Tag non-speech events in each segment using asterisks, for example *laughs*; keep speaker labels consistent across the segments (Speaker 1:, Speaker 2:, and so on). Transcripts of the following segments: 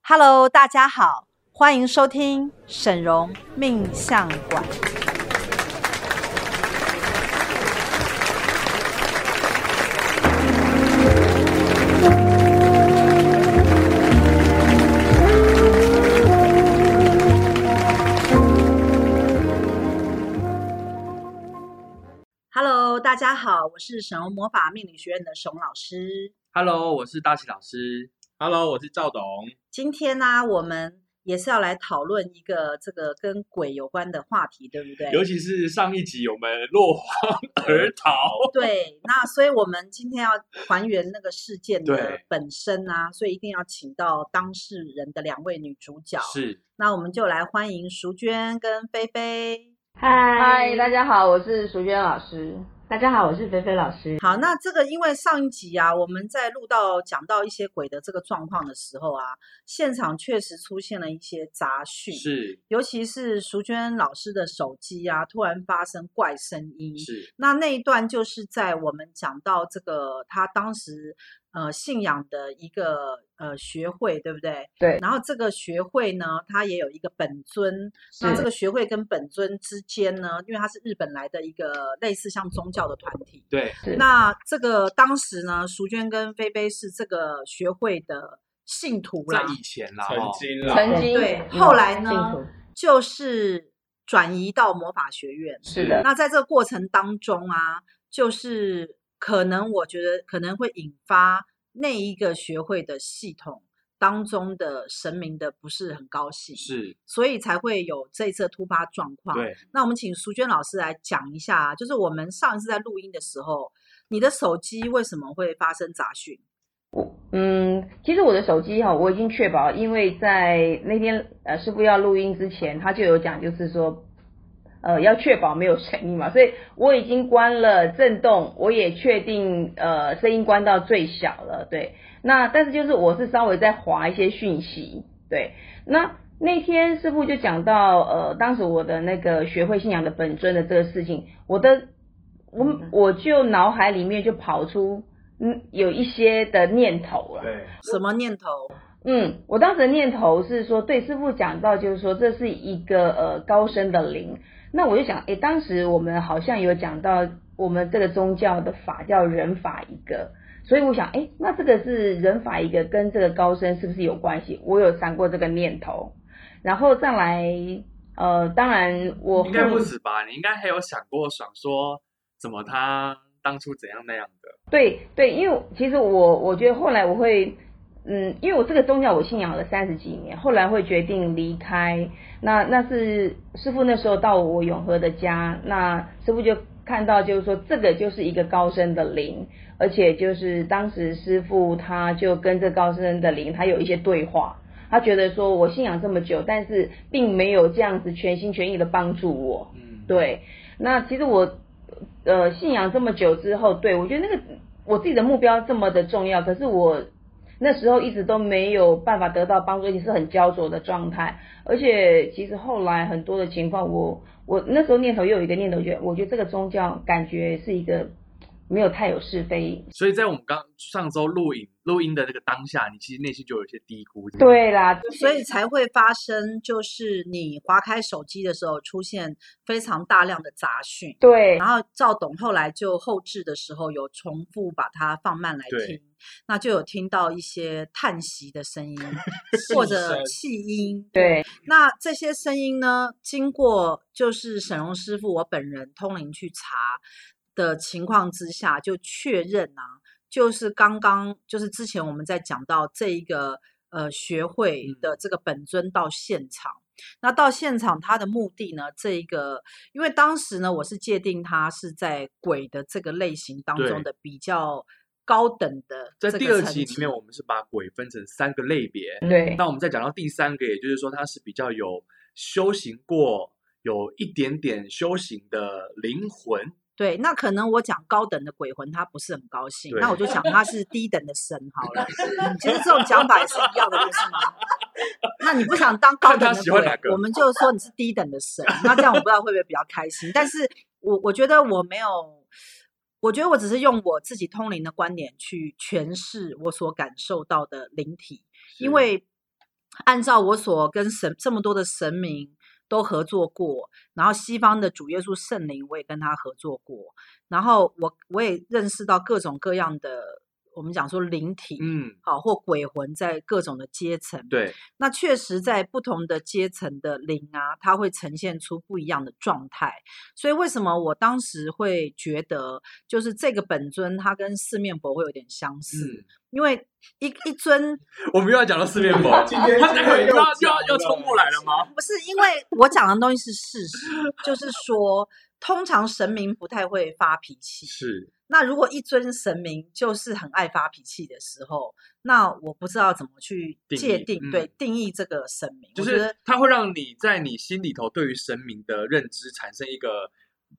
Speaker 1: Hello，大家好，欢迎收听沈荣命相馆。Hello，大家好，我是沈荣魔法命理学院的沈荣老师。
Speaker 2: Hello，我是大齐老师。Hello，我是赵董。
Speaker 1: 今天呢、我们也是要来讨论一个这个跟鬼有关的话题，对不对？
Speaker 2: 尤其是上一集我们落荒而逃，
Speaker 1: 对，那所以我们今天要还原那个事件的
Speaker 2: 对
Speaker 1: 本身啊，所以一定要请到当事人的两位女主角。
Speaker 2: 是
Speaker 1: 那我们就来欢迎淑娟跟菲菲。
Speaker 3: 嗨，大家好，我是淑娟老师。大家好，我是菲菲老师。
Speaker 1: 好，那这个因为上一集啊，我们在录到讲到一些鬼的这个状况的时候啊，现场确实出现了一些杂讯，
Speaker 2: 是
Speaker 1: 尤其是淑娟老师的手机啊，突然发生怪声音，
Speaker 2: 是，
Speaker 1: 那那一段就是在我们讲到这个他当时呃信仰的一个呃学会，对不对？
Speaker 3: 对
Speaker 1: 然后这个学会呢，它也有一个本尊，那
Speaker 3: 是
Speaker 1: 这个学会跟本尊之间呢，因为它是日本来的一个类似像宗教的团体。
Speaker 2: 对，
Speaker 3: 是
Speaker 1: 那这个当时呢，淑娟跟菲菲是这个学会的信徒
Speaker 2: 在
Speaker 1: 啦，
Speaker 2: 以前啦，
Speaker 4: 曾
Speaker 2: 哦
Speaker 4: 经啦，
Speaker 3: 曾经
Speaker 1: 对
Speaker 3: 嗯
Speaker 1: 后来呢
Speaker 3: 幸福
Speaker 1: 就是转移到魔法学院。
Speaker 2: *laughs*
Speaker 3: 是的，
Speaker 1: 那在这个过程当中啊，就是可能我觉得可能会引发那一个学会的系统当中的神明的不是很高兴，
Speaker 2: 是，
Speaker 1: 所以才会有这一次的突发状况。
Speaker 2: 对，
Speaker 1: 那我们请淑娟老师来讲一下啊，就是我们上一次在录音的时候，你的手机为什么会发生杂讯？
Speaker 3: 嗯，其实我的手机哈、我已经确保，因为在那天呃师傅要录音之前，他就有讲，就是说，呃，要确保没有声音嘛，所以我已经关了震动，我也确定呃声音关到最小了，对。那但是就是我是稍微在划一些讯息，对。那那天师傅就讲到，呃，当时我的那个学会信仰的本尊的这个事情，我的我我就脑海里面就跑出嗯有一些的念头了。
Speaker 4: 对，
Speaker 1: 什么念头？
Speaker 3: 嗯，我当时的念头是说，对师傅讲到，就是说这是一个呃高深的灵。那我就想，诶，当时我们好像有讲到我们这个宗教的法叫人法一个，所以我想，诶，那这个是人法一个跟这个高深是不是有关系？我有闪过这个念头，然后再来，呃，当然我
Speaker 2: 应该
Speaker 3: 后
Speaker 2: 不止吧？你应该还有想过想说，怎么他当初怎样那样的？
Speaker 3: 对对，因为其实我我觉得后来我会，嗯，因为我这个宗教我信仰了三十几年，后来会决定离开。那那是师傅那时候到我永和的家，那师傅就看到就是说这个就是一个高深的灵，而且就是当时师傅他就跟这高深的灵他有一些对话。他觉得说，我信仰这么久，但是并没有这样子全心全意的帮助我，
Speaker 2: 嗯，，
Speaker 3: 对，那其实我呃信仰这么久之后，对我觉得那个我自己的目标这么的重要，可是我那时候一直都没有办法得到帮助，而且是很焦灼的状态。而且其实后来很多的情况，我我那时候念头又有一个念头，觉得我觉得这个宗教感觉是一个没有太有是非。
Speaker 2: 所以在我们刚上周录影录音的那个当下，你其实内心就有一些低估，
Speaker 3: 对啦，
Speaker 1: 所以才会发生，就是你划开手机的时候出现非常大量的杂讯。
Speaker 3: 对
Speaker 1: 然后赵董后来就后置的时候有重复把它放慢来
Speaker 2: 对
Speaker 1: 听，那就有听到一些叹息的声音或者
Speaker 4: 声
Speaker 1: 气音。
Speaker 3: 对
Speaker 1: 那这些声音呢，经过就是沈荣师傅我本人通灵去查的情况之下，就确认啊，就是刚刚就是之前我们在讲到这一个呃学会
Speaker 2: 嗯
Speaker 1: 的这个本尊到现场。那到现场，他的目的呢？这一个，因为当时呢，我是界定他是在鬼的这个类型当中
Speaker 2: 对
Speaker 1: 的比较高等的这
Speaker 2: 在
Speaker 1: 个
Speaker 2: 第二
Speaker 1: 层
Speaker 2: 集里面，
Speaker 1: 级
Speaker 2: 我们是把鬼分成三个类别，
Speaker 3: 对
Speaker 2: 那我们再讲到第三个，也就是说他是比较有修行过，有一点点修行的灵魂，
Speaker 1: 对，那可能我讲高等的鬼魂，他不是很高兴，
Speaker 2: 对
Speaker 1: 那我就讲他是低等的神好了。其实这种讲法也是一样的，不是吗？那你不想当高
Speaker 2: 看他
Speaker 1: 等的
Speaker 2: 喜欢
Speaker 1: 鬼
Speaker 2: 哪，个
Speaker 1: 我们就说你是低等的神。那这样我不知道会不会比较开心，但是我我觉得我没有，我觉得我只是用我自己通灵的观点去诠释我所感受到的灵体，因为按照我所跟神这么多的神明都合作过，然后西方的主耶稣圣灵我也跟他合作过，然后我我也认识到各种各样的，我们讲说灵体，
Speaker 2: 嗯，
Speaker 1: 好、或鬼魂在各种的阶层，
Speaker 2: 对，
Speaker 1: 那确实在不同的阶层的灵啊，它会呈现出不一样的状态。所以为什么我当时会觉得，就是这个本尊它跟四面佛会有点相似，
Speaker 2: 嗯，
Speaker 1: 因为一一尊
Speaker 2: 我们又要讲到四面佛，
Speaker 4: 今天
Speaker 2: 他待会儿又要又
Speaker 4: 又
Speaker 2: 要又要冲过来了吗？
Speaker 1: 不是因为我讲的东西是事实，就是说，通常神明不太会发脾气。
Speaker 2: 是，
Speaker 1: 那如果一尊神明就是很爱发脾气的时候，那我不知道怎么去
Speaker 2: 定
Speaker 1: 界
Speaker 2: 义
Speaker 1: 定
Speaker 2: 嗯
Speaker 1: 对定义这个神明，
Speaker 2: 就
Speaker 1: 我觉得
Speaker 2: 是它会让你在你心里头对于神明的认知产生一个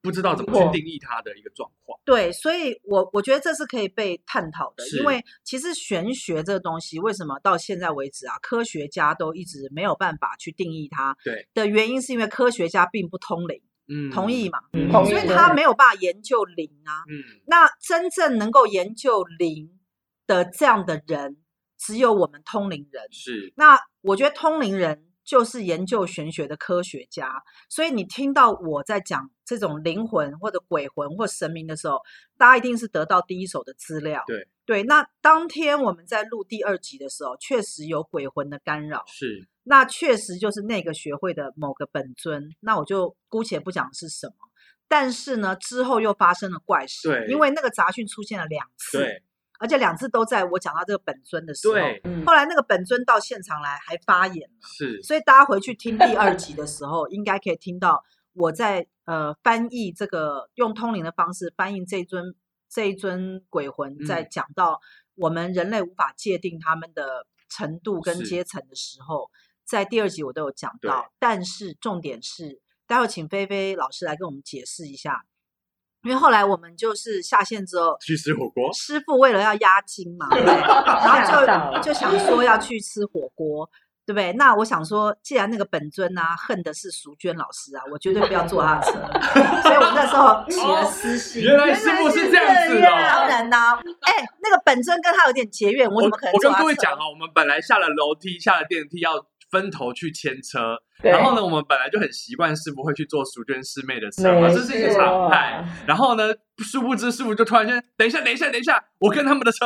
Speaker 2: 不知道怎么去定义它的一个状况。
Speaker 1: 对，所以我我觉得这是可以被探讨的，
Speaker 2: 是
Speaker 1: 因为其实玄学这个东西，为什么到现在为止啊，科学家都一直没有办法去定义它？
Speaker 2: 对
Speaker 1: 的原因是因为科学家并不通灵，
Speaker 2: 嗯，
Speaker 1: 同意？嘛？
Speaker 2: 嗯
Speaker 3: 同意
Speaker 1: 所以
Speaker 3: 对
Speaker 1: 他没有办法研究灵啊。
Speaker 2: 嗯，
Speaker 1: 那真正能够研究灵的这样的人，只有我们通灵人。
Speaker 2: 是，
Speaker 1: 那我觉得通灵人就是研究玄学的科学家，所以你听到我在讲这种灵魂或者鬼魂或神明的时候，大家一定是得到第一手的资料。
Speaker 2: 对
Speaker 1: 对，那当天我们在录第二集的时候，确实有鬼魂的干扰，
Speaker 2: 是，
Speaker 1: 那确实就是那个学会的某个本尊，那我就姑且不讲是什么。但是呢，之后又发生了怪事，
Speaker 2: 对
Speaker 1: 因为那个杂讯出现了两次，
Speaker 2: 对
Speaker 1: 而且两次都在我讲到这个本尊的时候，
Speaker 2: 对
Speaker 3: 嗯
Speaker 1: 后来那个本尊到现场来还发言了，
Speaker 2: 是，
Speaker 1: 所以大家回去听第二集的时候，应该可以听到我在呃翻译这个用通灵的方式翻译这尊这一尊鬼魂，在
Speaker 2: 嗯
Speaker 1: 讲到我们人类无法界定他们的程度跟
Speaker 2: 是
Speaker 1: 阶层的时候，在第二集我都有讲
Speaker 2: 对
Speaker 1: 到，但是重点是，待会请菲菲老师来跟我们解释一下，因为后来我们就是下线之后，
Speaker 2: 去吃火锅。
Speaker 1: 师傅为了要压惊嘛，对不对
Speaker 3: 吓
Speaker 1: 然
Speaker 3: 到
Speaker 1: 后
Speaker 3: 了
Speaker 1: 就就想说要去吃火锅，对不对？那我想说，既然那个本尊啊恨的是淑娟老师啊，我绝对不要坐他车，
Speaker 2: *laughs*
Speaker 1: 所以我那时候起了私心。
Speaker 2: 原哦来师傅是这样子的
Speaker 3: 原来是这
Speaker 2: 哦。
Speaker 1: 当
Speaker 3: 样
Speaker 1: 然啦、哎、那个本尊跟他有点结怨，我
Speaker 2: 我
Speaker 1: 怎么可能
Speaker 2: 我
Speaker 1: 坐
Speaker 2: 跟
Speaker 1: 他车？
Speaker 2: 各位讲哦，我们本来下了楼梯，下了电梯，要分头去牵车。
Speaker 3: 对
Speaker 2: 然后呢，我们本来就很习惯师傅会去做淑娟师妹的车嘛，
Speaker 3: 没
Speaker 2: 这是一个
Speaker 3: 错
Speaker 2: 常态。然后呢，殊不知师傅就突然间，等一下，等一下，等一下，我跟他们的车。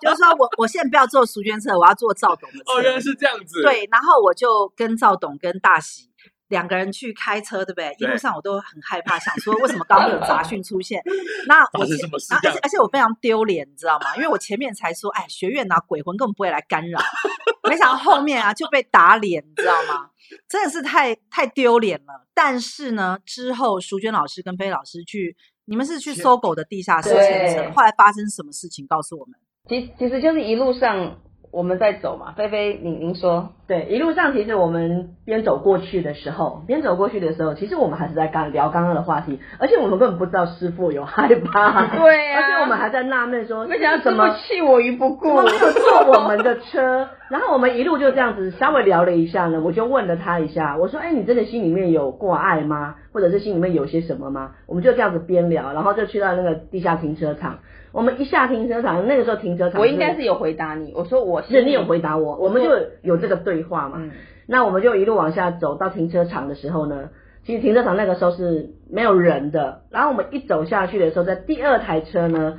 Speaker 1: 就是说我我现在不要坐淑娟车，我要坐赵董的车。
Speaker 2: 哦，原来是这样子。
Speaker 1: 对，然后我就跟赵董跟大喜两个人去开车，对不对？一路
Speaker 2: 对
Speaker 1: 上我都很害怕，想说为什么刚刚有杂讯出
Speaker 2: *laughs*
Speaker 1: 现？那我
Speaker 2: 发生
Speaker 1: 前
Speaker 2: 什么事
Speaker 1: 然后而
Speaker 2: 这
Speaker 1: 且
Speaker 2: 样
Speaker 1: 而且我非常丢脸，你知道吗？因为我前面才说，哎，学院呐、鬼魂根本不会来干扰，没想到后面啊就被打脸，你知道吗？真的是太太丢脸了。但是呢，之后淑娟老师跟飞老师去，你们是去
Speaker 2: 天
Speaker 1: 搜狗的地下室牵扯，
Speaker 3: 对
Speaker 1: 后来发生什么事情？告诉我们。
Speaker 3: 其其实就是一路上我们在走嘛，菲菲，您您说，对，一路上其实我们边走过去的时候，边走过去的时候，其实我们还是在刚聊刚刚的话题，而且我们根本不知道师傅有害怕，
Speaker 5: 对啊
Speaker 3: 而且我们还在纳闷说，
Speaker 5: 没想到
Speaker 3: 怎
Speaker 5: 这
Speaker 3: 么
Speaker 5: 么弃我于不
Speaker 3: 我
Speaker 5: 顾
Speaker 3: 们，没有坐我们的车，然后我们一路就这样子稍微聊了一下呢，我就问了他一下，我说：“哎，你真的心里面有挂碍吗？或者是心里面有些什么吗？”我们就这样子边聊，然后就去到那个地下停车场。我们一下停车场，那个时候停车场，
Speaker 5: 我应该是有回答你，我说我
Speaker 3: 是
Speaker 5: 是
Speaker 3: 你有回答我，我们就有这个对话嘛。
Speaker 5: 嗯
Speaker 3: 那我们就一路往下走到停车场的时候呢，其实停车场那个时候是没有人的，然后我们一走下去的时候，在第二台车呢，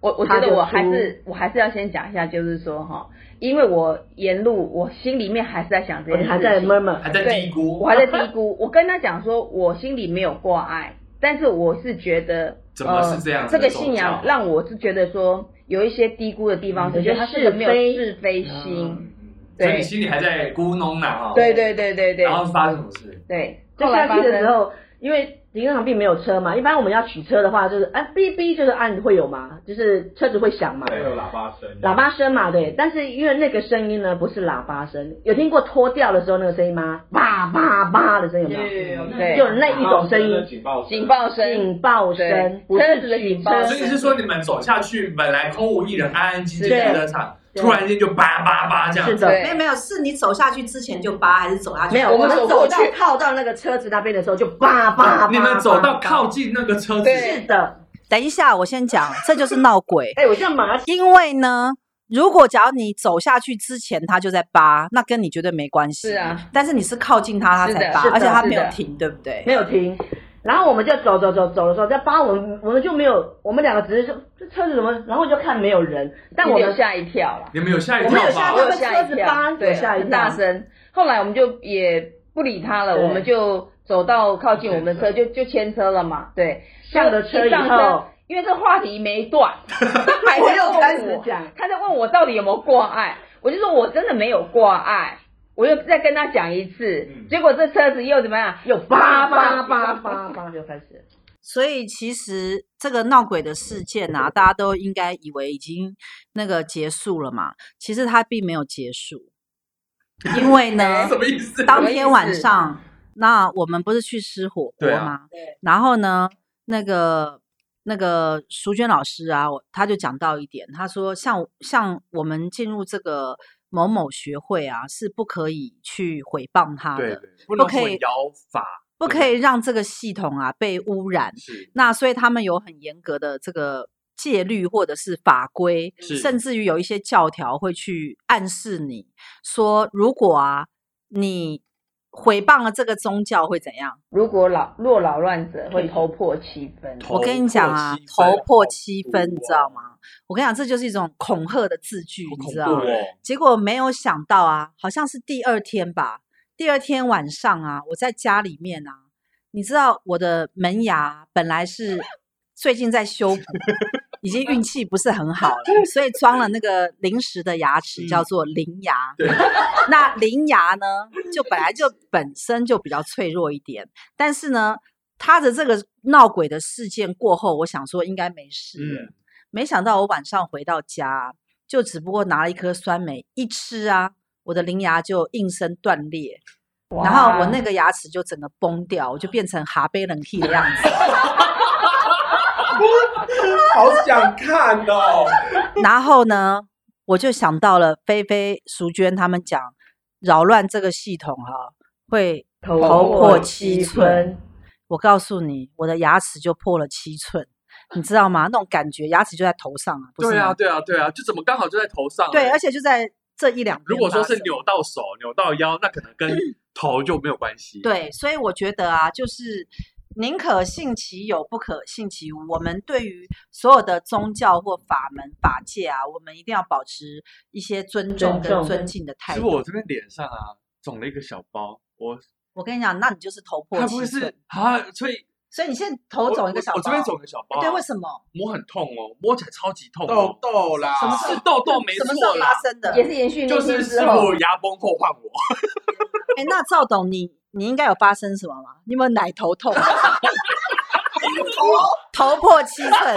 Speaker 5: 我我觉
Speaker 3: 他
Speaker 5: 得
Speaker 3: 就
Speaker 5: 我还
Speaker 3: 出
Speaker 5: 是我还是要先讲一下，就是说哈，因为我沿路我心里面还是在想这
Speaker 3: 我
Speaker 5: 件
Speaker 3: 还
Speaker 5: 事
Speaker 3: 在
Speaker 5: 情，
Speaker 3: murmur，
Speaker 2: 还在低估，
Speaker 5: 我还在低估，我跟他讲说我心里没有挂碍，但是我是觉得
Speaker 2: *laughs* 怎么是这样
Speaker 5: 呃？
Speaker 2: 子
Speaker 5: 这
Speaker 2: 的
Speaker 5: 个
Speaker 2: 宗教
Speaker 5: 信仰让我是觉得说有一些低估的地方，
Speaker 3: 嗯
Speaker 5: 我觉得他是个没有
Speaker 3: 是非
Speaker 5: 是非心，
Speaker 2: 嗯所以你
Speaker 5: 对
Speaker 2: 心里还在咕哝呢哈。
Speaker 5: 对对对对对
Speaker 2: 然后发生什么事？
Speaker 5: 对，
Speaker 3: 就
Speaker 5: 后来
Speaker 3: 下
Speaker 5: 发
Speaker 3: 去的
Speaker 5: 生
Speaker 3: 时候，因为停车场并没有车嘛，一般我们要取车的话，就是哎哔哔就是按会有嘛，就是车子会响嘛，
Speaker 4: 还有喇叭声，
Speaker 3: 喇叭声嘛，对。但是因为那个声音呢不是喇叭声，有听过脱掉的时候那个声音吗？叭叭叭的声音有没有？
Speaker 5: 对
Speaker 3: 就那一种声音
Speaker 4: 警报
Speaker 5: 警报声，
Speaker 3: 警报声
Speaker 5: 对，
Speaker 3: 不
Speaker 5: 车
Speaker 3: 是
Speaker 5: 子的
Speaker 3: 警
Speaker 5: 警报
Speaker 2: 所以是说你们走下去，本来空无一人、安安静静的
Speaker 3: 对
Speaker 2: 停车场，突然间就叭叭叭这样
Speaker 3: 是
Speaker 2: 子。
Speaker 3: 的，
Speaker 5: 对
Speaker 1: 没有没有，是你走下去之前就扒，还是走下去？
Speaker 3: 没有，
Speaker 5: 我们
Speaker 3: 走
Speaker 5: 走过
Speaker 3: 到
Speaker 5: 去
Speaker 3: 靠到那个车子那边的时候就叭叭叭叭。
Speaker 2: 你们走到靠近那个车子，
Speaker 5: 对
Speaker 3: 是的，
Speaker 1: 等一下，我先讲，这就是闹鬼。
Speaker 3: 哎、我这样麻
Speaker 1: 因为呢，如果假如你走下去之前它就在扒，那跟你绝对没关系。
Speaker 3: 是啊，
Speaker 1: 但是你是靠近它它
Speaker 3: 是
Speaker 1: 才
Speaker 3: 的
Speaker 1: 扒
Speaker 3: 是，
Speaker 1: 而且
Speaker 3: 的
Speaker 1: 它
Speaker 3: 是
Speaker 1: 没有
Speaker 3: 的
Speaker 1: 停，对不对？
Speaker 3: 没有停。然后我们就走走走走的时候，在扒我们，我们就没有，我们两个只是就这车子怎么，然后就看没有人，但
Speaker 5: 但
Speaker 3: 我
Speaker 5: 我有
Speaker 3: 们
Speaker 5: 吓一跳啦，
Speaker 2: 你们有吓一
Speaker 3: 我们
Speaker 2: 跳
Speaker 3: 有吓
Speaker 2: 吧
Speaker 3: 一？跳
Speaker 5: 我吓一
Speaker 3: 车子扒
Speaker 5: 跳，对，
Speaker 3: 我吓一
Speaker 5: 很大
Speaker 3: 跳
Speaker 5: 声。后来我们就也不理他了，
Speaker 3: 对
Speaker 5: 我们就走到靠近我们车，
Speaker 2: 牵
Speaker 5: 就就牵车了嘛。对，
Speaker 3: 上了车以
Speaker 5: 一
Speaker 3: 后
Speaker 5: 上车，因为这话题没
Speaker 2: *laughs*
Speaker 5: 断，他还
Speaker 3: 我
Speaker 5: 在
Speaker 3: 又
Speaker 5: 问
Speaker 3: 开始
Speaker 5: 我
Speaker 3: 讲
Speaker 5: 他在问我到底有没有挂碍，我就说我真的没有挂碍，我又再跟他讲一次，
Speaker 2: 嗯
Speaker 5: 结果这车子又怎么样？
Speaker 3: 又扒扒扒扒扒就开始，
Speaker 1: 所以其实这个闹鬼的事件啊，大家都应该以为已经那个结束了嘛，其实它并没有结束，因为
Speaker 3: *laughs*
Speaker 1: 呢
Speaker 2: 什，么意思？
Speaker 1: 当
Speaker 5: 么意
Speaker 1: 天晚
Speaker 5: 思
Speaker 1: 上，那我们不是去吃火锅
Speaker 2: 对啊
Speaker 1: 吗？然后呢，那个那个淑娟老师啊，我他就讲到一点，他说像我像我们进入这个某某学会啊，是不可以去诽谤他
Speaker 2: 对
Speaker 1: 的，
Speaker 2: 对，不能
Speaker 1: 不可以
Speaker 2: 混淆法
Speaker 1: 不可以让这个系统啊被污染。
Speaker 2: 是
Speaker 1: 那所以他们有很严格的这个戒律或者是法规，
Speaker 2: 是
Speaker 1: 甚至于有一些教条会去暗示你说，如果啊你毁谤了这个宗教会怎样？
Speaker 5: 如果扰若扰乱者会头破七分，
Speaker 2: 头
Speaker 1: 我跟你讲啊，
Speaker 2: 头
Speaker 1: 头
Speaker 2: 破
Speaker 1: 破七
Speaker 2: 七分
Speaker 1: 分，
Speaker 2: 好
Speaker 1: 你
Speaker 2: 恐
Speaker 1: 知
Speaker 2: 怖哦
Speaker 1: 道吗？我跟你讲，这就是一种恐吓的字句，
Speaker 2: 好
Speaker 1: 你
Speaker 2: 恐
Speaker 1: 知
Speaker 2: 怖
Speaker 1: 道吗？
Speaker 2: 哦，
Speaker 1: 结果没有想到啊，好像是第二天吧，第二天晚上啊，我在家里面啊，你知道我的门牙本来是最近在修补，已经运气不是很好了，所以装了那个临时的牙齿，叫
Speaker 2: 嗯
Speaker 1: 做邻牙。
Speaker 2: 对
Speaker 1: 那邻牙呢，就本来就本身就比较脆弱一点，但是呢，他的这个闹鬼的事件过后，我想说应该没事了。
Speaker 2: 嗯，
Speaker 1: 没想到我晚上回到家，就只不过拿了一颗酸梅一吃啊，我的邻牙就应声断裂，然后我那个牙齿就整个崩掉，我就变成哈贝冷气的样
Speaker 2: *laughs*
Speaker 1: 子。
Speaker 2: 好想看哦，
Speaker 1: 然后呢，我就想到了菲菲、淑娟他们讲扰乱这个系统哈、会。
Speaker 3: 头
Speaker 1: 头破
Speaker 3: 破
Speaker 1: 七
Speaker 3: 七
Speaker 1: 寸
Speaker 3: 分，
Speaker 1: 我告诉你，我的牙齿就破了七寸，你知道吗？那种感觉，牙齿就在头上啊，不是
Speaker 2: 对啊
Speaker 1: 吗
Speaker 2: 对啊对啊，就怎么刚好就在头上？
Speaker 1: 对，而且就在这一两边发生。
Speaker 2: 如果说是扭到手、扭到腰，那可能跟头就没有关系。，
Speaker 1: 对，所以我觉得啊，就是宁可信其有，不可信其无。我们对于所有的宗教或法门、法界啊，我们一定要保持一些尊重
Speaker 3: 尊
Speaker 1: 跟
Speaker 3: 重
Speaker 1: 尊敬的
Speaker 2: 其
Speaker 1: 态
Speaker 2: 实
Speaker 1: 度。
Speaker 2: 我这边脸上啊肿了一个小包，我
Speaker 1: 我跟你讲，那你就是头破
Speaker 2: 它不
Speaker 1: 七
Speaker 2: 会
Speaker 1: 寸
Speaker 2: 是，啊，所以
Speaker 1: 所以你现在头
Speaker 2: 我
Speaker 1: 肿一个小包，
Speaker 2: 我我这边肿个小包
Speaker 1: 哎
Speaker 2: 啊，
Speaker 1: 对，为什么？
Speaker 2: 摸很痛哦，摸起来超级痛
Speaker 4: *laughs* 痘
Speaker 2: 哦，
Speaker 4: 痘啦，
Speaker 1: 什么
Speaker 2: 是痘痘没
Speaker 1: 什么时
Speaker 2: 错
Speaker 1: 候
Speaker 2: 啦
Speaker 1: 发，生的？
Speaker 5: 也是延续那
Speaker 2: 就是
Speaker 5: 天
Speaker 2: 师
Speaker 5: 之后
Speaker 2: 傅，牙崩后换我，
Speaker 1: 哎，那赵董，你你应该有发生什么吗？你有没有奶头痛？啊 *laughs* 头头破七
Speaker 2: *laughs*
Speaker 1: 寸，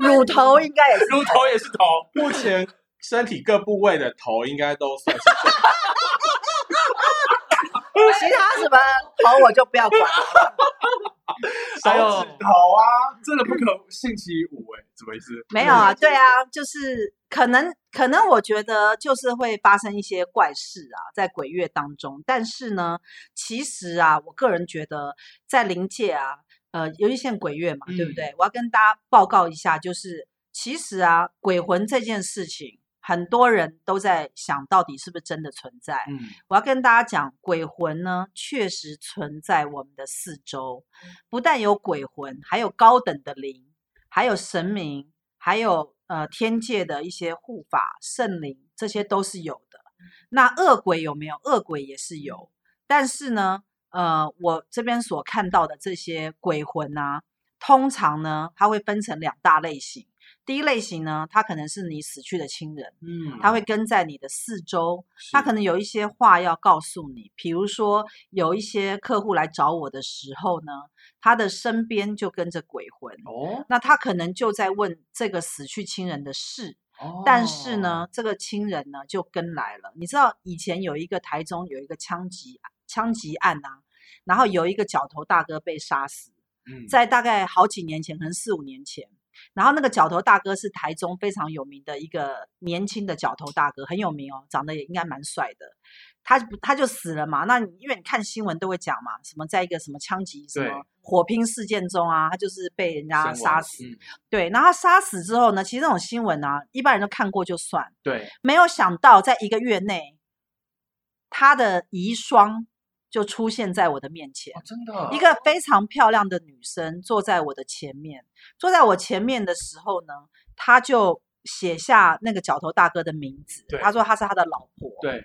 Speaker 1: 乳头应该也是
Speaker 2: 乳头也是头，
Speaker 4: *laughs* 目前身体各部位的头应该都算是正常。
Speaker 1: 其他什么头我就不要管了。
Speaker 2: 哎呦
Speaker 4: 手指头啊，
Speaker 2: 真的不可信其无哎，怎么意思？
Speaker 1: 没有啊，对啊，就是可能可能我觉得就是会发生一些怪事啊，在鬼月当中。但是呢，其实啊，我个人觉得在灵界啊，呃，尤其现在鬼月嘛，对不
Speaker 2: 嗯
Speaker 1: 对？我要跟大家报告一下，就是其实啊，鬼魂这件事情，很多人都在想到底是不是真的存在。
Speaker 2: 嗯，
Speaker 1: 我要跟大家讲，鬼魂呢确实存在我们的四周，不但有鬼魂，还有高等的灵，还有神明，还有呃天界的一些护法、圣灵，这些都是有的。那恶鬼有没有？恶鬼也是有，但是呢，呃，我这边所看到的这些鬼魂啊，通常呢，它会分成两大类型。第一类型呢，它可能是你死去的亲人，
Speaker 2: 嗯
Speaker 1: 它会跟在你的四周，
Speaker 2: 是
Speaker 1: 他可能有一些话要告诉你，比如说有一些客户来找我的时候呢，他的身边就跟着鬼魂，
Speaker 2: 哦，
Speaker 1: 那他可能就在问这个死去亲人的事，
Speaker 2: 哦
Speaker 1: 但是，呢，这个亲人呢就跟来了。你知道以前有一个台中有一个枪击枪击案啊，然后有一个角头大哥被杀死，
Speaker 2: 嗯，
Speaker 1: 在大概好几年前，可能四五年前，然后那个角头大哥是台中非常有名的一个年轻的角头大哥，很有名哦，长得也应该蛮帅的。他不他就死了嘛，那你因为你看新闻都会讲嘛，什么在一个什么枪击什
Speaker 2: 对
Speaker 1: 么火拼事件中啊，他就是被人家
Speaker 2: 身亡
Speaker 1: 杀死。
Speaker 2: 嗯
Speaker 1: 对，然后他杀死之后呢，其实这种新闻啊，一般人都看过就算，
Speaker 2: 对，
Speaker 1: 没有想到在一个月内，他的遗孀就出现在我的面前。
Speaker 2: 哦真的
Speaker 1: 一个非常漂亮的女生坐在我的前面，坐在我前面的时候呢，她就写下那个角头大哥的名字
Speaker 2: 对，
Speaker 1: 她说她是他的老婆，
Speaker 2: 对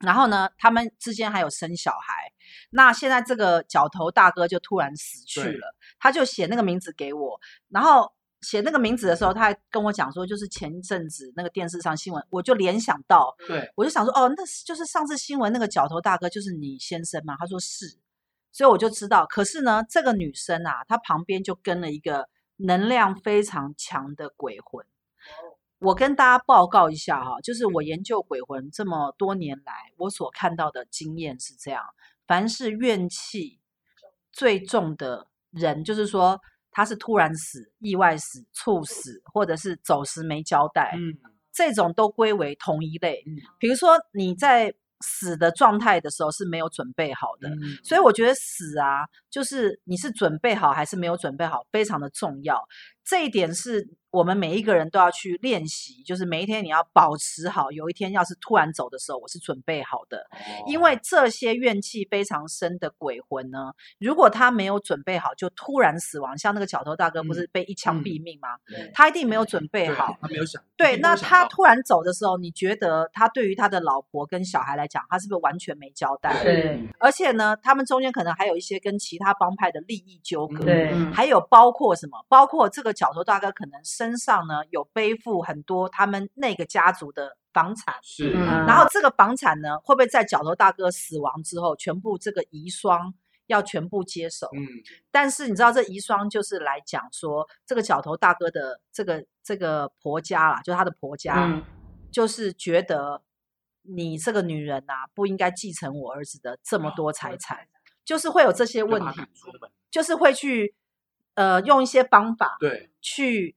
Speaker 1: 然后呢，他们之间还有生小孩。那现在这个角头大哥就突然死去
Speaker 2: 对
Speaker 1: 了，他就写那个名字给我，然后写那个名字的时候，他还跟我讲说，就是前一阵子那个电视上新闻，我就联想到，
Speaker 2: 对，
Speaker 1: 我就想说，哦，那是就是上次新闻那个角头大哥就是你先生吗？他说是，所以我就知道。可是呢，这个女生啊，她旁边就跟了一个能量非常强的鬼魂。
Speaker 2: 哦
Speaker 1: 我跟大家报告一下哈、就是
Speaker 2: 嗯
Speaker 1: 我研究鬼魂这么多年来，我所看到的经验是这样：凡是怨气最重的人，就是说他是突然死、意外死、猝死，或者是走时没交代，
Speaker 2: 嗯，
Speaker 1: 这种都归为同一类。
Speaker 2: 嗯
Speaker 1: 比如说你在死的状态的时候是没有准备好的，
Speaker 2: 嗯
Speaker 1: 所以我觉得死啊，就是你是准备好还是没有准备好，非常的重要。这一点是我们每一个人都要去练习，就是每一天你要保持好，有一天要是突然走的时候，我是准备好的。
Speaker 2: 哦
Speaker 1: 因为这些怨气非常深的鬼魂呢，如果他没有准备好就突然死亡，像那个角头大哥不
Speaker 2: 嗯
Speaker 1: 是被一枪
Speaker 2: 嗯
Speaker 1: 毙命吗？
Speaker 2: 对
Speaker 1: 他一定没有准备
Speaker 2: 对
Speaker 1: 好，
Speaker 2: 他没有想
Speaker 1: 对，
Speaker 2: 没
Speaker 1: 那
Speaker 2: 有想
Speaker 1: 他
Speaker 2: 到
Speaker 1: 突然走的时候，你觉得他对于他的老婆跟小孩来讲，他是不是完全没交代？
Speaker 5: 对
Speaker 2: 嗯
Speaker 1: 而且呢，他们中间可能还有一些跟其他帮派的利益纠葛，
Speaker 5: 对
Speaker 2: 嗯
Speaker 1: 还有包括什么？包括这个角头大哥可能身上呢有背负很多他们那个家族的房产，
Speaker 2: 是
Speaker 5: 嗯
Speaker 1: 然后这个房产呢会不会在角头大哥死亡之后，全部这个遗孀要全部接手？
Speaker 2: 嗯
Speaker 1: 但是你知道，这遗孀就是来讲说，这个角头大哥的这个这个婆家啦，就是他的婆家，
Speaker 5: 嗯
Speaker 1: 就是觉得你这个女人呐、不应该继承我儿子的这
Speaker 2: 哦
Speaker 1: 么多财产，就是会有这些问
Speaker 2: 就把
Speaker 1: 题
Speaker 2: 他，赶出门
Speaker 1: 就是会去呃用一些方法
Speaker 2: 对
Speaker 1: 去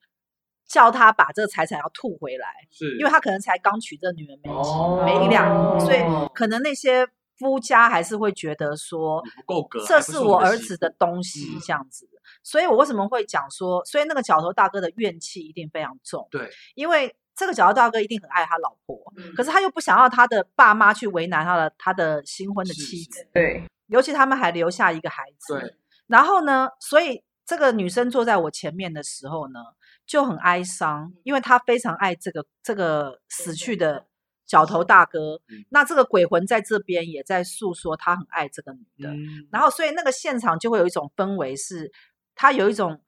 Speaker 1: 叫他把这个财产要吐回来，
Speaker 2: 是，
Speaker 1: 因为他可能才刚娶这女人没几、
Speaker 2: 哦
Speaker 1: 没一两
Speaker 5: 哦
Speaker 1: 年，所以可能那些夫家还是会觉得说，
Speaker 2: 你不够格，
Speaker 1: 这
Speaker 2: 还不
Speaker 1: 是
Speaker 2: 是
Speaker 1: 我
Speaker 2: 你
Speaker 1: 儿
Speaker 2: 媳
Speaker 1: 子
Speaker 2: 妇
Speaker 1: 的东西
Speaker 2: 嗯，
Speaker 1: 这样子。所以我为什么会讲说，所以那个角头大哥的怨气一定非常重，
Speaker 2: 对嗯
Speaker 1: 因为这个角头大哥一定很爱他老婆，可是他又不想要他的爸妈去为难他的他的新婚的
Speaker 2: 是
Speaker 1: 妻
Speaker 2: 是
Speaker 1: 子，
Speaker 5: 对，
Speaker 1: 尤其他们还留下一个孩子。
Speaker 2: 对，
Speaker 1: 然后呢，所以这个女生坐在我前面的时候呢，就很哀
Speaker 2: 嗯
Speaker 1: 伤，因为她非常爱这个这个死去的角头大哥。
Speaker 2: 嗯
Speaker 1: 那这个鬼魂在这边也在诉说，他很爱这个女的。
Speaker 2: 嗯
Speaker 1: 然后所以那个现场就会有一种氛围是，它有一种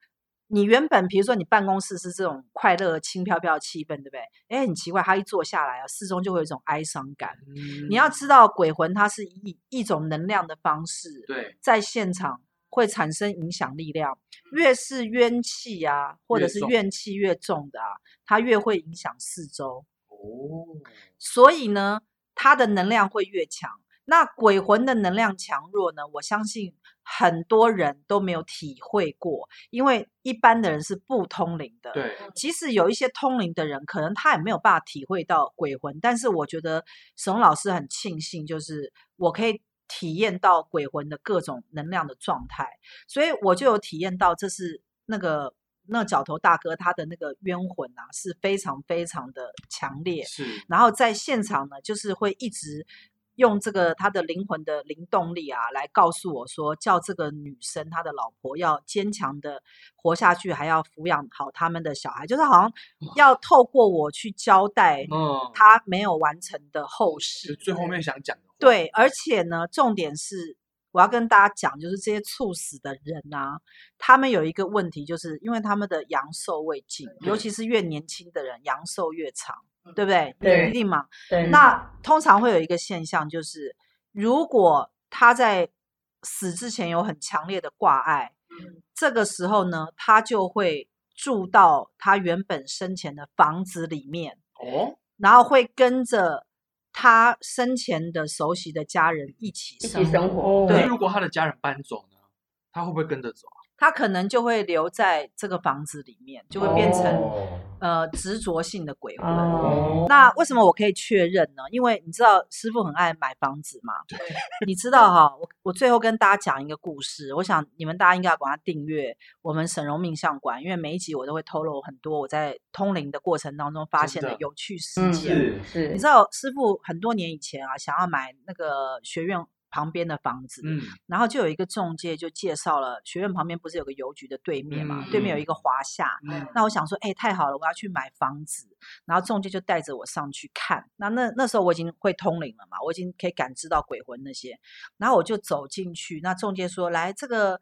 Speaker 1: 你原本比如说你办公室是这种快乐轻飘飘的气氛，对不对？哎，很奇怪，他一坐下来啊，四周就会有一种哀伤感。
Speaker 2: 嗯
Speaker 1: 你要知道，鬼魂它是一一种能量的方式，
Speaker 2: 对
Speaker 1: 在现场会产生影响力量。越是冤气啊，或者
Speaker 2: 越
Speaker 1: 是
Speaker 2: 重
Speaker 1: 怨气越重的啊，它越会影响四周。
Speaker 2: 哦，
Speaker 1: 所以呢，它的能量会越强。那鬼魂的能量强弱呢？我相信很多人都没有体会过，因为一般的人是不通灵的。，
Speaker 2: 对
Speaker 1: 即使有一些通灵的人，可能他也没有办法体会到鬼魂。但是我觉得沈老师很庆幸，就是我可以体验到鬼魂的各种能量的状态，所以我就有体验到，这是那个那个角头大哥他的那个冤魂啊，是非常非常的强烈。
Speaker 2: 是
Speaker 1: 然后在现场呢，就是会一直用这个他的灵魂的灵动力啊，来告诉我说，叫这个女生她的老婆要坚强的活下去，还要抚养好他们的小孩，就是好像要透过我去交代
Speaker 2: 嗯，
Speaker 1: 他没有完成的后
Speaker 2: 就
Speaker 1: 事。
Speaker 2: 最后面想讲的话，
Speaker 1: 对，而且呢，重点是我要跟大家讲，就是这些猝死的人啊，他们有一个问题，就是因为他们的阳寿未尽，尤
Speaker 2: 对
Speaker 1: 其是越年轻的人，阳寿越长，对不对？
Speaker 5: 对嗯
Speaker 1: 一定嘛。
Speaker 5: 对，
Speaker 1: 那通常会有一个现象，就是如果他在死之前有很强烈的挂碍，这个时候呢，他就会住到他原本生前的房子里面，
Speaker 2: 哦，
Speaker 1: 然后会跟着他生前的熟悉的家人一起
Speaker 5: 一
Speaker 1: 生
Speaker 5: 起
Speaker 1: 活。
Speaker 5: 生活，
Speaker 2: 那
Speaker 1: 对
Speaker 2: 如果他的家人搬走呢，他会不会跟着走啊？
Speaker 1: 他可能就会留在这个房子里面，就会变成、
Speaker 2: 哦
Speaker 1: 呃执着性的鬼魂。
Speaker 3: 哦，
Speaker 1: 那为什么我可以确认呢？因为你知道师傅很爱买房子嘛。你知道哈，我我最后跟大家讲一个故事，我想你们大家应该要管他订阅我们沈荣命相馆，因为每一集我都会透露很多我在通灵的过程当中发
Speaker 2: 真
Speaker 1: 现的
Speaker 2: 的
Speaker 1: 有趣事
Speaker 3: 嗯
Speaker 1: 件。
Speaker 2: 是
Speaker 3: 是
Speaker 1: 你知道师傅很多年以前啊，想要买那个学院旁边的房子，
Speaker 2: 嗯
Speaker 1: 然后就有一个中介就介绍了学院旁边不是有个邮局的对面嘛，
Speaker 2: 嗯
Speaker 1: 对面有
Speaker 2: 嗯
Speaker 1: 一个华夏，
Speaker 2: 嗯
Speaker 1: 那我想说，哎、太好了，我要去买房子。然后中介就带着我上去看。那那那时候我已经会通灵了嘛，我已经可以感知到鬼魂那些。然后我就走进去，那中介说：“来，这个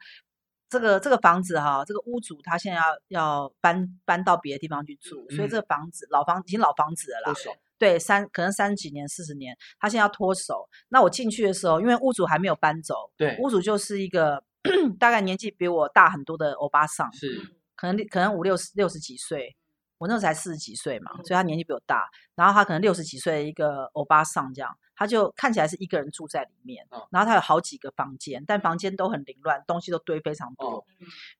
Speaker 1: 这个这个房子哈，这个屋主他现在要要搬搬到别的地方去住，
Speaker 2: 嗯
Speaker 1: 所以这个房子老房已经老房子了啦。”对，三可能三十几年、四十年，他现在要脱手。那我进去的时候，因为屋主还没有搬走，
Speaker 2: 对
Speaker 1: 屋主就是一个 *clears throat* 大概年纪比我大很多的欧巴桑，
Speaker 2: 是
Speaker 1: 可能可能五六十六十几岁，我那时候才四十几岁嘛，所以他年纪比我大。然后他可能六十几岁的一个欧巴桑这样，他就看起来是一个人住在里面，
Speaker 2: 哦
Speaker 1: 然后他有好几个房间，但房间都很凌乱，东西都堆非常多。
Speaker 2: 哦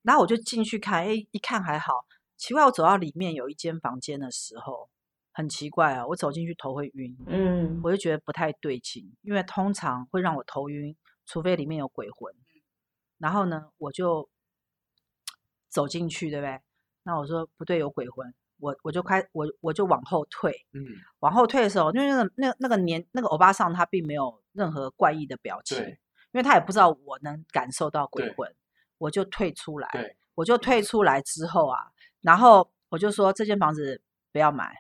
Speaker 1: 然后我就进去看，哎，一看还好，奇怪，我走到里面有一间房间的时候，很奇怪啊，我走进去头会晕，
Speaker 3: 嗯，
Speaker 1: 我就觉得不太对劲，因为通常会让我头晕，除非里面有鬼魂。然后呢，我就走进去，对不对？那我说不对，有鬼魂，我我就开我我就往后退，
Speaker 2: 嗯
Speaker 1: 往后退的时候，因为那个那那个年那个欧巴桑他并没有任何怪异的表情，因
Speaker 2: 对
Speaker 1: 为他也不知道我能感受到鬼
Speaker 2: 对
Speaker 1: 魂，我就退出来，
Speaker 2: 对
Speaker 1: 我就退出来之后啊，然后我就说这间房子不要买，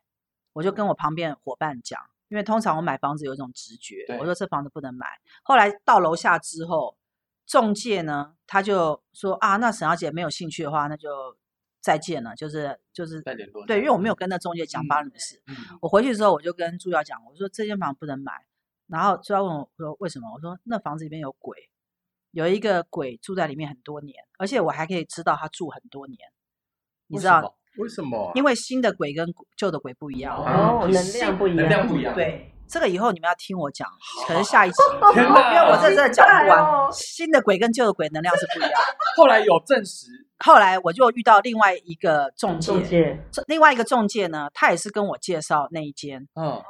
Speaker 1: 我就跟我旁边伙伴讲，因为通常我买房子有一种直觉，我
Speaker 2: 对
Speaker 1: 说这房子不能买。后来到楼下之后，中介呢他就说啊，那沈小姐没有兴趣的话，那就再见了，就是就是
Speaker 2: 再联络
Speaker 1: 对，
Speaker 2: 这
Speaker 1: 因为
Speaker 2: 样
Speaker 1: 我没有跟那中介讲发生什么事。
Speaker 2: 嗯
Speaker 1: 我回去之后我就跟朱瑶讲，我说这间房不能买，然后朱瑶问我说为什么？我说那房子里面有鬼，有一个鬼住在里面很多年，而且我还可以知道他住很多年，你
Speaker 2: 为
Speaker 1: 知
Speaker 2: 什
Speaker 1: 道
Speaker 2: 么？
Speaker 4: 为什么啊？
Speaker 1: 因为新的鬼跟古旧的鬼不一样。
Speaker 3: 哦，能量不一
Speaker 2: 能量
Speaker 3: 样，
Speaker 2: 不一样，
Speaker 1: 对，这个以后你们要听我讲，可能下一集，
Speaker 2: 天
Speaker 1: 因为我
Speaker 2: 哪！
Speaker 1: 这真的讲不
Speaker 3: 好期待
Speaker 1: 完。
Speaker 3: 哦
Speaker 1: 新的鬼跟旧的鬼能量是不一样。
Speaker 2: 后来有证实，
Speaker 1: 后来我就遇到另外一个中介，
Speaker 3: 中介
Speaker 1: 这另外一个中介呢，他也是跟我介绍那一间，
Speaker 2: 嗯，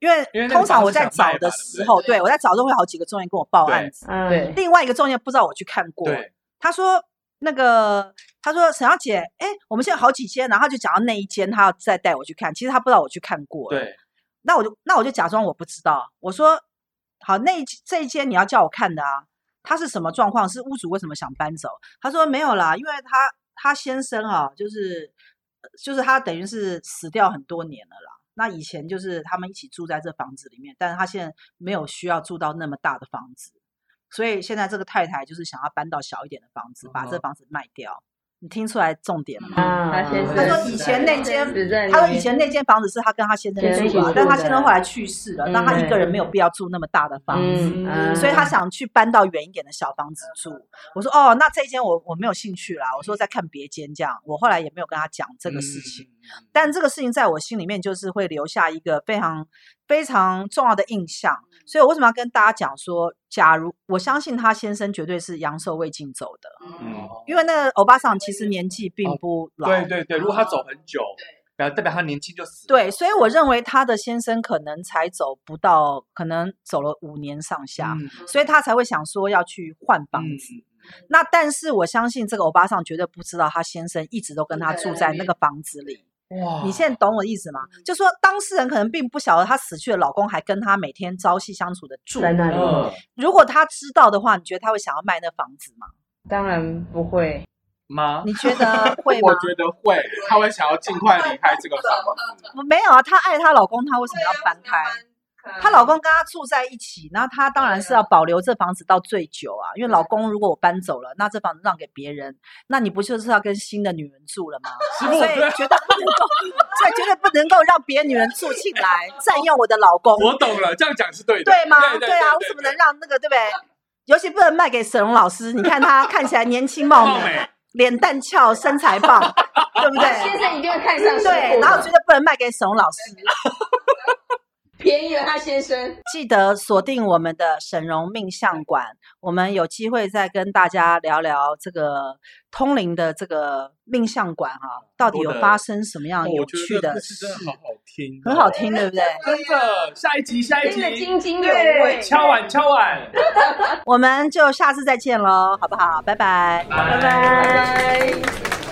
Speaker 1: 因为
Speaker 2: 因为那个
Speaker 1: 通常
Speaker 2: 房
Speaker 1: 我
Speaker 2: 子
Speaker 1: 在
Speaker 2: 想卖
Speaker 1: 找
Speaker 2: 吧
Speaker 1: 的
Speaker 2: 对不
Speaker 1: 时
Speaker 2: 对
Speaker 1: 候，对我在找都会有好几个中介跟我报
Speaker 2: 对
Speaker 1: 案子，
Speaker 3: 嗯
Speaker 2: 对
Speaker 1: 另外一个中介不知道我去看过，
Speaker 2: 对，
Speaker 1: 他说那个，他说沈小姐，哎，我们现在有好几间，然后他就讲到那一间，他要再带我去看。其实他不知道我去看过，，
Speaker 2: 对，
Speaker 1: 那我就那我就假装我不知道，我说好，那一这一间你要叫我看的啊，他是什么状况？是屋主为什么想搬走？他说没有啦，因为他他先生啊，就是就是他等于是死掉很多年了啦。那以前就是他们一起住在这房子里面，但是他现在没有需要住到那么大的房子，所以现在这个太太就是想要搬到小一点的房子，把这
Speaker 2: 嗯哼
Speaker 1: 房子卖掉。你听出来重点了吗？
Speaker 3: 啊，
Speaker 5: 他先生
Speaker 1: 他说以前那间
Speaker 5: 只在
Speaker 1: 他
Speaker 5: 那
Speaker 1: 说以
Speaker 5: 边
Speaker 1: 前那间房子是他跟他先
Speaker 3: 先
Speaker 1: 生
Speaker 3: 生
Speaker 1: 住啊
Speaker 3: 住，
Speaker 1: 但他
Speaker 3: 的
Speaker 1: 先生后来去世了，
Speaker 3: 嗯
Speaker 1: 那他一个人没有必要住那么大的房子，
Speaker 3: 嗯嗯
Speaker 1: 所以他想去搬到远一点的小房子住。我说哦，那这一间我我没有兴趣啦，我说再看别间这样。我后来也没有跟他讲这个事情，
Speaker 2: 嗯，
Speaker 1: 但这个事情在我心里面就是会留下一个非常非常重要的印象。所以我为什么要跟大家讲说，假如我相信他先生绝对是阳寿未尽走的，
Speaker 4: 嗯，
Speaker 1: 因为那个欧巴桑其实年纪并
Speaker 2: 哦
Speaker 1: 不老，
Speaker 2: 对对对，如果他走很久，然后代表他年轻就死，
Speaker 1: 对，，所以我认为他的先生可能才走不到，可能走了五年上下，
Speaker 2: 嗯
Speaker 1: 所以他才会想说要去换房
Speaker 2: 嗯
Speaker 1: 子。那但是我相信这个欧巴桑绝对不知道他先生一直都跟他住在那个房子里。嗯
Speaker 2: 哇，
Speaker 1: 你现在懂我的意思吗？就说当事人可能并不晓得她死去的老公还跟她每天朝夕相处的住。
Speaker 3: 在那里，
Speaker 2: 嗯，
Speaker 1: 如果他知道的话，你觉得他会想要卖那房子吗？
Speaker 5: 当然不会，
Speaker 2: 妈，
Speaker 1: 你觉得会吗
Speaker 4: 我？觉得会，他会想要尽快离开这个房
Speaker 1: *laughs*
Speaker 4: 子。
Speaker 1: 没有啊，她爱她老公，她啊为什么要搬开？她老公跟她住在一起，那她当然是要保留这房子到最久啊。因为老公如果我搬走了，那这房子让给别人，那你不就是要跟新的女人住 *laughs* 了吗？
Speaker 2: 师
Speaker 1: 所以
Speaker 2: 傅，
Speaker 1: 绝对不能够，所以绝对不能够让别的女人住进来，占用我的老公，
Speaker 2: 我懂了，这样讲是对的，
Speaker 1: 哦对吗？
Speaker 2: 对对
Speaker 1: 啊，
Speaker 2: 对
Speaker 1: 为什么
Speaker 2: 对
Speaker 1: 能让那个对不对？尤其不能卖给沈龙老师，你看 *laughs* 他看起来年轻貌
Speaker 2: 貌
Speaker 1: 美，
Speaker 2: 美，
Speaker 1: 脸蛋翘，身材 *laughs* 棒，对不对？
Speaker 5: 先生一定会看上师傅
Speaker 1: 对，
Speaker 5: 的
Speaker 1: 然后绝对不能卖给沈龙老师。
Speaker 3: 便宜了他先生。
Speaker 1: 记得锁定我们的沈荣命相馆，我们有机会再跟大家聊聊这个通灵的这个命相馆啊，到底有
Speaker 6: 多的
Speaker 1: 发生什么样有
Speaker 2: 哦我觉得
Speaker 1: 趣
Speaker 2: 这
Speaker 1: 的
Speaker 2: 故事真的
Speaker 1: 事，
Speaker 2: 好好听，哦
Speaker 1: 很好，听，对不对？
Speaker 2: 真的。下一集，下一
Speaker 3: 听得
Speaker 2: 集，
Speaker 3: 津津有味。
Speaker 2: 敲碗，敲碗，
Speaker 1: *laughs* 我们就下次再见喽，好不好？拜拜。
Speaker 2: 拜
Speaker 3: 拜拜。